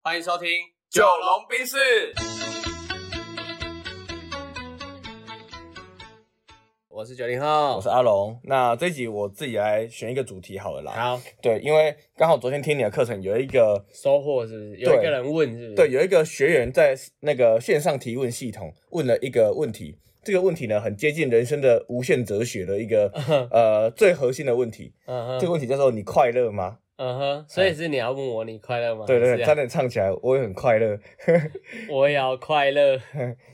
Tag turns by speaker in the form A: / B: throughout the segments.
A: 欢迎收听《
B: 九龙冰室。
A: 我是九零后，
B: 我是阿龙。那这一集我自己来选一个主题好了啦。
A: 好
B: 对，因为刚好昨天听你的课程有一个，
A: 收获是不是？有一个人问是不是？
B: 对，，有一个学员在那个线上提问系统问了一个问题，这个问题呢很接近人生的无限哲学的一个呃最核心的问题。
A: 嗯
B: 这个
A: 哼，
B: 问题叫做“你快乐吗
A: 嗯哼，所以是你要问我你快乐吗？”？
B: 对对
A: 还
B: 对，差
A: 是啊
B: 点唱起来，我也很快乐。
A: 我也要快乐。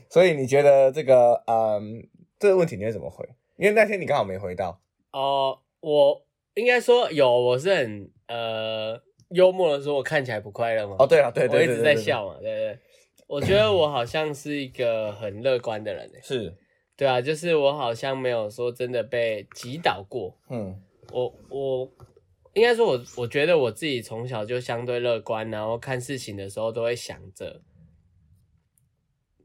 B: 所以你觉得这个嗯这个问题你会怎么回？因为那天你刚好没回到。
A: 哦，我应该说有，我是很呃幽默的说，我看起来不快乐吗？
B: 哦，对啊，对
A: 我一
B: 对对，
A: 直
B: 对
A: 在。笑嘛，对对对。我觉得我好像是一个很乐观的人诶，欸
B: 对是，
A: 对啊，就是我好像没有说真的被击倒过。
B: 嗯
A: 我我应该说我，我觉得我自己从小就相对乐观，然后看事情的时候都会想着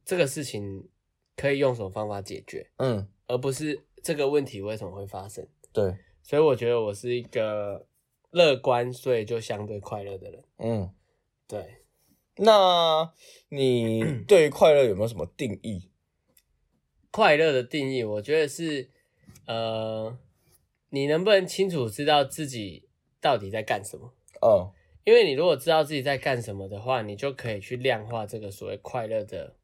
A: 这个事情可以用什么方法解决，
B: 嗯，
A: 而不是这个问题为什么会发生。
B: 对，
A: 所以我觉得我是一个乐观，所以就相对快乐的人。
B: 嗯。
A: 对，
B: 那 你对于快乐有没有什么定义？
A: 快乐的定义，我觉得是呃，你能不能清楚知道自己到底在干什么？
B: 哦，
A: 因为你如果知道自己在干什么的话，你就可以去量化这个所谓快乐的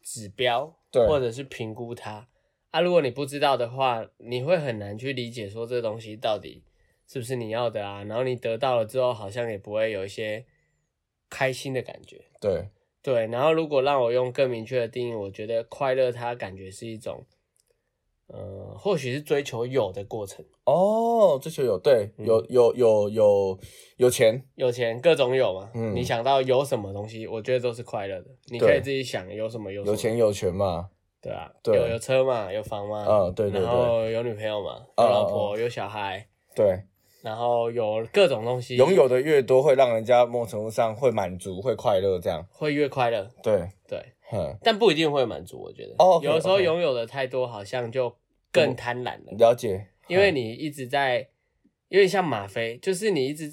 A: 指标，
B: 对
A: 或者是评估它。啊，如果你不知道的话，你会很难去理解说这东西到底是不是你要的啊。然后你得到了之后，好像也不会有一些开心的感觉。
B: 对，
A: 对，然后如果让我用更明确的定义，我觉得快乐它感觉是一种，呃，或许是追求有的过程，
B: 哦，追求有对，
A: 嗯
B: 有有有有有钱，
A: 有钱各种有嘛，
B: 嗯
A: 你想到有什么东西，我觉得都是快乐的，你可以自己想有什么有什么，
B: 有钱有权嘛，
A: 对啊，
B: 对
A: 有有车嘛，有房嘛，
B: 嗯对对
A: 然
B: 对
A: 后有女朋友嘛，
B: 嗯
A: 有老婆，有小孩，
B: 对，
A: 然后有各种东西，
B: 拥有的越多，会让人家某种程度上会满足，会快乐，这样，
A: 会越快乐，
B: 对，
A: 对，
B: 哼，
A: 但不一定会满足，我觉得，
B: 哦，OK，
A: 有的时候
B: OK 嗯
A: 拥有的太多，好像就更贪婪了。
B: 了解，
A: 因为你一直在，有点像吗啡，就是你一直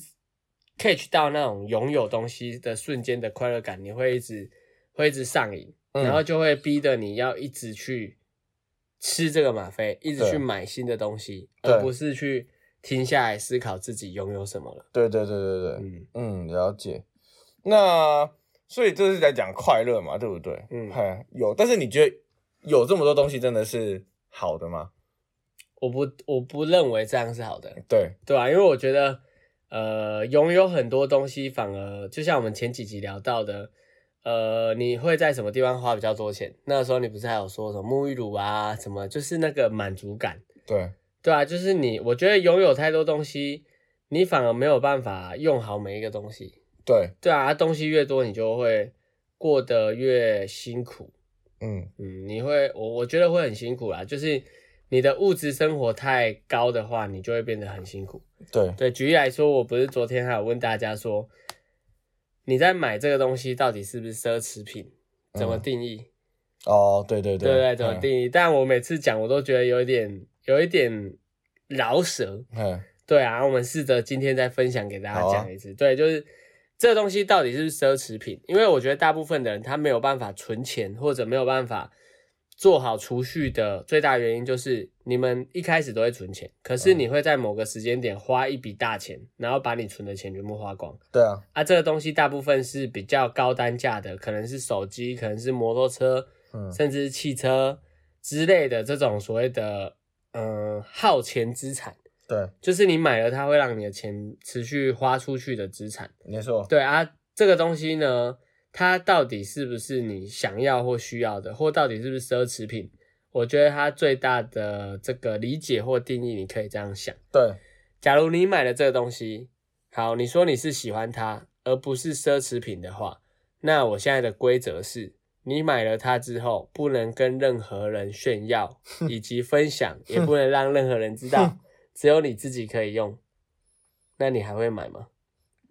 A: catch 到那种拥有东西的瞬间的快乐感，你会一直会一直上瘾，
B: 嗯
A: 然后就会逼得你要一直去吃这个吗啡，一直
B: 对
A: 去买新的东西，
B: 对
A: 而不是去停下来思考自己拥有什么了。
B: 对对对对对，
A: 嗯，
B: 嗯，了解。那所以这是在讲快乐嘛，对不对？
A: 嗯
B: 嘿，有，但是你觉得有这么多东西真的是好的吗？
A: 我不我不认为这样是好的，
B: 对，
A: 对啊，因为我觉得，呃，拥有很多东西反而就像我们前几集聊到的，呃，你会在什么地方花比较多钱？那时候你不是还有说什么沐浴乳啊，什么，就是那个满足感，
B: 对，
A: 对啊，就是你，我觉得拥有太多东西，你反而没有办法用好每一个东西。
B: 对，
A: 对啊，东西越多，你就会过得越辛苦。
B: 嗯，
A: 嗯，你会，我我觉得会很辛苦啦。就是你的物质生活太高的话，你就会变得很辛苦。
B: 对，
A: 对，举例来说，我不是昨天还有问大家说，你在买这个东西到底是不是奢侈品，怎么
B: 嗯
A: 定义？
B: 哦，对对
A: 对不对？怎么
B: 嗯
A: 定义？但我每次讲，我都觉得有一点有一点饶舌。
B: 嗯，
A: 对啊，我们试着今天再分享给大
B: 好
A: 家
B: 啊
A: 讲一次。对，就是这东西到底是不是奢侈品？因为我觉得大部分的人他没有办法存钱，或者没有办法做好储蓄的最大原因就是你们一开始都会存钱，可
B: 嗯
A: 是你会在某个时间点花一笔大钱，然后把你存的钱全部花光。
B: 对啊，
A: 啊，这个东西大部分是比较高单价的，可能是手机，可能是摩托车，
B: 嗯
A: 甚至是汽车之类的这种所谓的嗯、呃耗钱资产。
B: 对，
A: 就是你买了它会让你的钱持续花出去的资产。
B: 没错，
A: 对啊，这个东西呢，它到底是不是你想要或需要的，或到底是不是奢侈品？我觉得它最大的这个理解或定义，你可以这样想：
B: 对，
A: 假如你买了这个东西，好，你说你是喜欢它，而不是奢侈品的话，那我现在的规则是。你买了它之后，不能跟任何人炫耀以及分享，也不能让任何人知道，只有你自己可以用。那你还会买吗？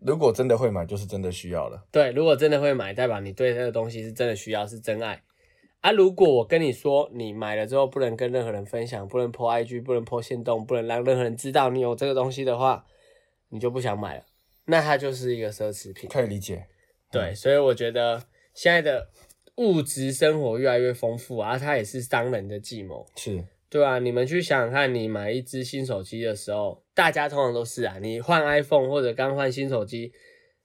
B: 如果真的会买，就是真的需要了。
A: 对，如果真的会买，代表你对这个东西是真的需要，是真爱。啊，如果我跟你说你买了之后不能跟任何人分享，不能 po IG，不能 po 限动，不能让任何人知道你有这个东西的话，你就不想买了，那它就是一个奢侈品。
B: 可以理解，
A: 对，所以我觉得现在的物质生活越来越丰富啊，它也是商人的计谋，
B: 是
A: 对啊，你们去想想看，你买一只新手机的时候，大家通常都是啊，你换 iPhone 或者刚换新手机，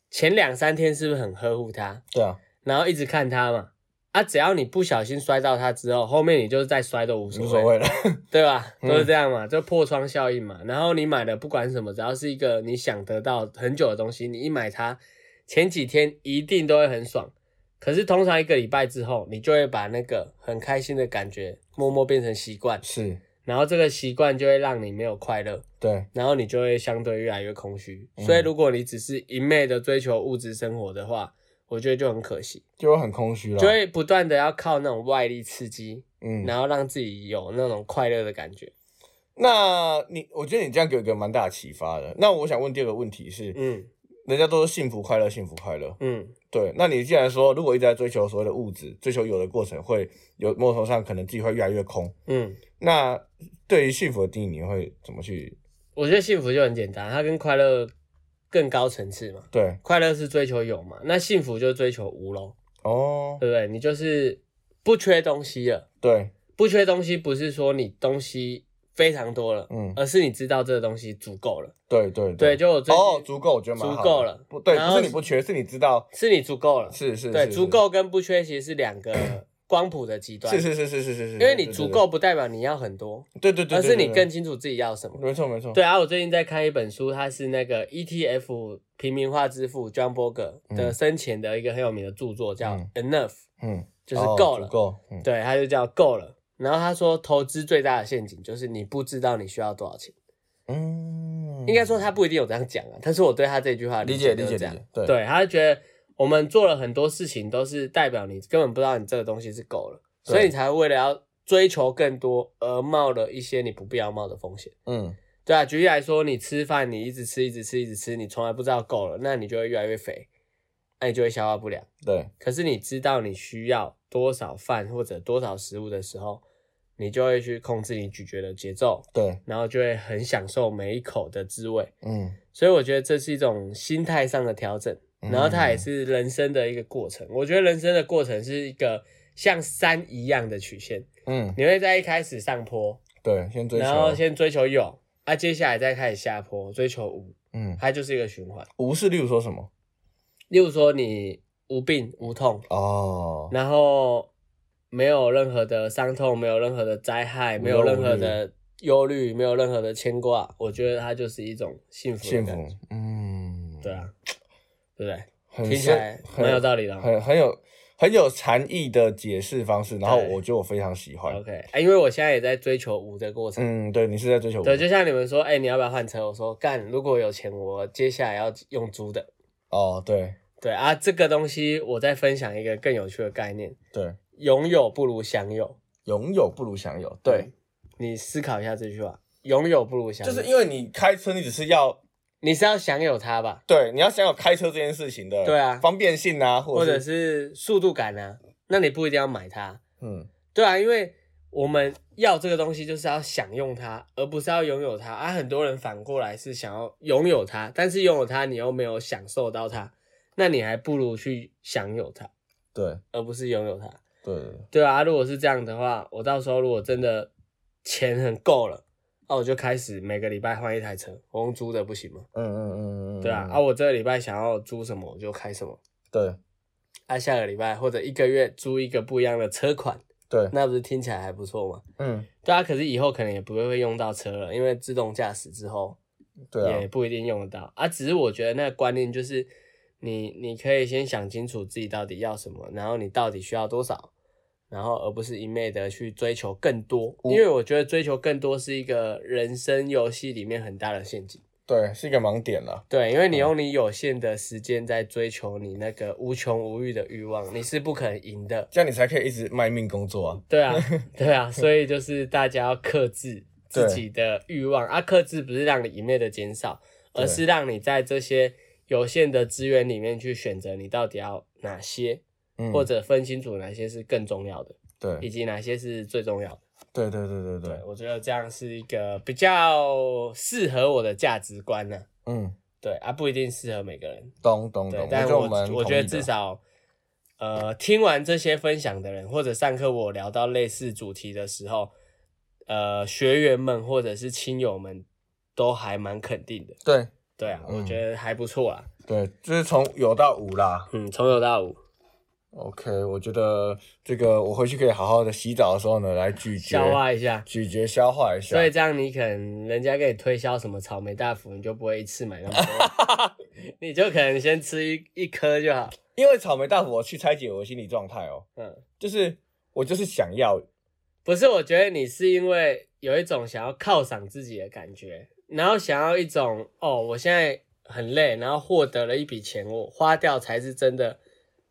A: 前两三天是不是很呵护它，
B: 对啊，
A: 然后一直看它嘛？啊，只要你不小心摔到它之后，后面你就是再摔都无所
B: 无
A: 谓，
B: 所谓了，
A: 对吧？
B: 嗯
A: 都是这样嘛，就破窗效应嘛。然后你买的不管什么，只要是一个你想得到很久的东西，你一买它，前几天一定都会很爽。可是通常一个礼拜之后，你就会把那个很开心的感觉默默变成习惯，
B: 是，
A: 然后这个习惯就会让你没有快乐，
B: 对，
A: 然后你就会相对越来越空虚。
B: 嗯
A: 所以如果你只是一昧的追求物质生活的话，我觉得就很可惜，
B: 就会很空虚了，
A: 就，会不断的要靠那种外力刺激，
B: 啊嗯，
A: 然后让自己有那种快乐的感觉。
B: 那你，我觉得你这样给我一个蛮大的启发的。那我想问第二个问题是，
A: 嗯
B: 人家都是幸福快乐，幸福快乐，
A: 嗯。
B: 对。那你既然说，如果一直在追求所谓的物质，追求有的过程，会有某种程度上可能自己会越来越空。
A: 嗯，
B: 那对于幸福的定义，你会怎么去？
A: 我觉得幸福就很简单，它跟快乐更高层次嘛。
B: 对，
A: 快乐是追求有嘛，那幸福就追求无咯，
B: 哦，
A: 对不对？你就是不缺东西了，
B: 对，
A: 不缺东西不是说你东西非常多了，
B: 嗯，
A: 而是你知道这个东西足够了。
B: 对对
A: 对，就我最近
B: 哦，足够，我觉得蛮好的
A: 足够了
B: 不对，
A: 然
B: 不
A: 后
B: 是你不缺，是你知道，
A: 是你足够了，
B: 是是，
A: 对，
B: 是
A: 足，够跟不缺其实是两个光谱的极端，
B: 是是是是是是是，
A: 因为你足够，不代表你要很多，
B: 对对对，
A: 而
B: 对
A: 是
B: 对
A: 你
B: 对
A: 更清楚自己要什么。
B: 没错没错，
A: 对啊，我最近在看一本书，它是那个 ETF 平民化之父 John Boger 的生前的一个很有名的著作，叫
B: 嗯
A: 《Enough》，
B: 嗯，
A: 就是
B: 哦
A: 够了。
B: 足够，嗯，
A: 对，他就叫够了。然后他说，投资最大的陷阱就是你不知道你需要多少钱。
B: 嗯，
A: 应该说他不一定有这样讲啊，但是我对他这句话的
B: 理解
A: 就
B: 理
A: 是
B: 解
A: 这样
B: 理解。，对
A: 对，他就觉得我们做了很多事情都是代表你根本不知道你这个东西是够了，
B: 对
A: 所以你才会为了要追求更多而冒了一些你不必要冒的风险。
B: 嗯，
A: 对啊，举例来说，你吃饭，你一直吃，一直吃，一直吃，你从来不知道够了，那你就会越来越肥，那你就会消化不良。
B: 对，
A: 可是你知道你需要多少饭或者多少食物的时候，你就会去控制你咀嚼的节奏，
B: 对，
A: 然后就会很享受每一口的滋味。
B: 嗯，
A: 所以我觉得这是一种心态上的调整，
B: 嗯
A: 然后它也是人生的一个过程。我觉得人生的过程是一个像山一样的曲线，
B: 嗯，
A: 你会在一开始上坡，
B: 对，先追求，
A: 然后先追求有，啊，接下来再开始下坡，追求无，
B: 嗯，
A: 它就是一个循环。
B: 无是例如说什么？
A: 例如说你无病无痛，
B: 哦，
A: 然后没有任何的伤痛，没有任何的灾害，
B: 无忧
A: 没有任何的忧虑，没有任何的牵挂，我觉得它就是一种幸福。
B: 幸福，，嗯，
A: 对，啊，对不对？
B: 很
A: 听起来
B: 深
A: 蛮有
B: 很
A: 道理的哦。
B: 很很有很有禅意的解释方式，然后
A: 对
B: 我觉得我非常喜欢。
A: OK，哎因为我现在也在追求无的过程。
B: 嗯，对，你是在追求
A: 对，就像你们说，哎、你要不要换车？我说干，如果有钱，我接下来要用租的。
B: 哦，对
A: 对啊，这个东西我再分享一个更有趣的概念：
B: 对，
A: 拥有不如享有。嗯
B: 拥有不如享有，对，
A: 你思考一下这句话：拥有不如享
B: 就
A: 有，
B: 是因为你开车，你只是要
A: 你是要享有它吧，
B: 对，你要享有开车这件事情的，
A: 对啊
B: 方便性啊，
A: 或
B: 或
A: 者
B: 者是
A: 是速度感啊？那你不一定要买它，
B: 嗯，
A: 对啊，因为我们要这个东西就是要享用它，而不是要拥有它啊。很多人反过来是想要拥有它，但是拥有它你又没有享受到它，那你还不如去享有它，
B: 对
A: 而不是拥有它。
B: 对，嗯
A: 对啊，如果是这样的话，我到时候如果真的钱很够了，那、我就开始每个礼拜换一台车，我用租的不行吗？
B: 嗯嗯嗯嗯，
A: 对啊，啊，我这个礼拜想要租什么我就开什么，
B: 对
A: 啊，下个礼拜或者一个月租一个不一样的车款，
B: 对，
A: 那不是听起来还不错吗？
B: 嗯，
A: 对啊，可是以后可能也不会会用到车了，因为自动驾驶之后
B: 对啊
A: 也，不一定用得到啊。只是我觉得那个观念就是你，你可以先想清楚自己到底要什么，然后你到底需要多少，然后而不是一昧的去追求更多，
B: 我
A: 因为我觉得追求更多是一个人生游戏里面很大的陷阱。
B: 对，是一个盲点了，
A: 对，因为你用你有限的时间在追求你那个无穷无欲的欲望，你是不可能赢的。
B: 这样你才可以一直卖命工作啊，
A: 对啊，对啊，所以就是大家要克制自己的欲望啊，克制不是让你一昧的减少，而
B: 对
A: 是让你在这些有限的资源里面去选择你到底要哪些，
B: 嗯，
A: 或者分清楚哪些是更重要的，
B: 对
A: 以及哪些是最重要的。
B: 对对对对
A: 对
B: 对，
A: 我觉得这样是一个比较适合我的价值观呢、
B: 嗯，
A: 对啊，不一定适合每个人。
B: 懂懂
A: 对
B: 懂，，
A: 但
B: 觉
A: 是
B: 得
A: 我
B: 我们
A: 我
B: 同
A: 觉得
B: 意的
A: 至少，呃，听完这些分享的人，或者上课我聊到类似主题的时候，呃，学员们或者是亲友们都还蛮肯定的。
B: 对
A: 对啊，我
B: 嗯
A: 觉得还不错啊啦。
B: 对，就是从有到无啦。
A: 嗯，从有到无，
B: OK，我觉得这个我回去可以好好的洗澡的时候呢，来咀嚼、
A: 消化一下。
B: 咀嚼、消化一下。
A: 所以这样你可能人家给你推销什么草莓大福，你就不会一次买那么 多，你就可能先吃一一颗就好。
B: 因为草莓大福，我去拆解我的心理状态哦，
A: 嗯，
B: 就是我就是想要，
A: 不是，我觉得你是因为有一种想要犒赏自己的感觉，然后想要一种哦，我现在很累，然后获得了一笔钱，我花掉才是真的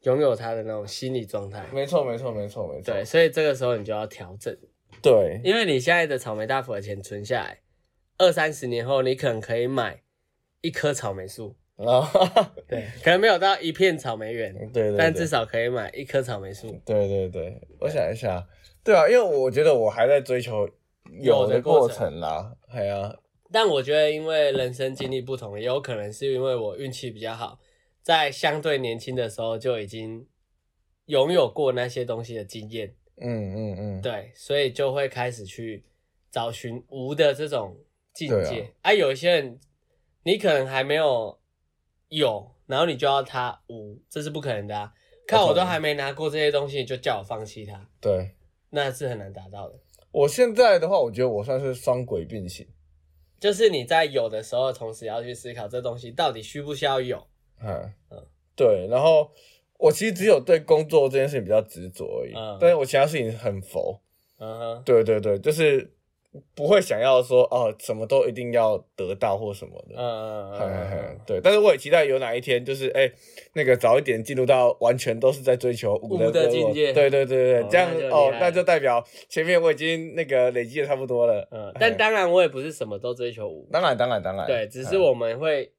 A: 拥有它的那种心理状态。
B: 没错，没错，没错，没错，
A: 对，所以这个时候你就要调整，
B: 对
A: 因为你现在的草莓大福的钱存下来，二三十年后你可能可以买一棵草莓树，
B: 啊，哈哈
A: 对，可能没有到一片草莓园，
B: 对对对，
A: 但至少可以买一棵草莓树。
B: 对对对，我想一下，对啊，因为我觉得我还在追求有
A: 有的
B: 的
A: 过
B: 过程啦，哎呀、
A: 但我觉得，因为人生经历不同，也有可能是因为我运气比较好，在相对年轻的时候就已经拥有过那些东西的经验，
B: 嗯嗯嗯，
A: 对，所以就会开始去找寻无的这种境
B: 对
A: 界。啊有一些人你可能还没有有，然后你就要他无，这是不可能的啊！看我都还没拿过这些东西，你就叫我放弃它，
B: 对。
A: 那是很难达到的。
B: 我现在的话，我觉得我算是双轨并行，
A: 就是你在有的时候，同时要去思考这东西到底需不需要有。
B: 嗯
A: 嗯
B: 对。然后我其实只有对工作这件事情比较执着而已，
A: 嗯
B: 但是我其他事情很佛。
A: 嗯哼，
B: 对对对，就是不会想要说哦，什么都一定要得到或什么
A: 嗯
B: 的。
A: 嗯
B: 嘿嘿
A: 嗯
B: 嘿
A: 嗯，
B: 对，但是我也期待有哪一天，就是哎、那个早一点进入到完全都是在追求五
A: 无的
B: 歌
A: 境界
B: 对对对对，
A: 哦
B: 这样
A: 那就厉
B: 哦，
A: 害
B: 那
A: 了
B: 就代表前面我已经那个累积的差不多了。
A: 嗯。但当然，我也不是什么都追求无，
B: 当然当然当然，
A: 对，只是
B: 嗯
A: 我们会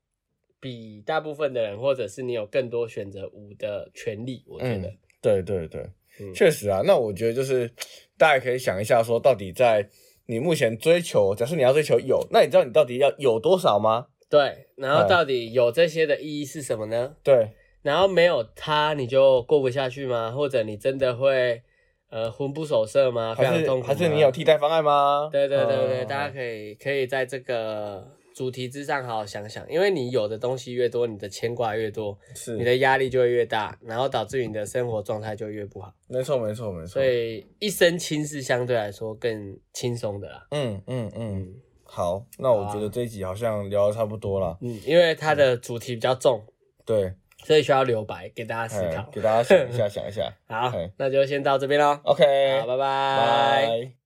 A: 比大部分的人，或者是你有更多选择无的权利。我觉得，
B: 对对对，
A: 嗯
B: 确实啊。那我觉得就是大家可以想一下，说到底在你目前追求，假设你要追求有，那你知道你到底要有多少吗？
A: 对。然后
B: 嗯
A: 到底有这些的意义是什么呢？
B: 对，
A: 然后没有它，你就过不下去吗？或者你真的会呃魂不守舍吗？非
B: 还
A: 常
B: 是
A: 痛苦吗。啊
B: 还是你有替代方案吗？
A: 对对对对，
B: 嗯
A: 大家可以可以在这个主题之上好好想想，因为你有的东西越多，你的牵挂越多，
B: 是
A: 你的压力就会越大，然后导致你的生活状态就越不好。
B: 没错没错没错
A: 所。以一身轻是相对来说更轻松的啦。
B: 嗯嗯嗯，
A: 嗯啊
B: 好，那我觉得这一集好像聊的差不多了。
A: 嗯，因为它的主题比较重，
B: 对，
A: 所以需要留白给大家思
B: 哎
A: 考。
B: 给大家想一下想一下。
A: 好
B: 哎，
A: 那就先到这边喽。
B: OK，
A: 好，拜拜。
B: 拜。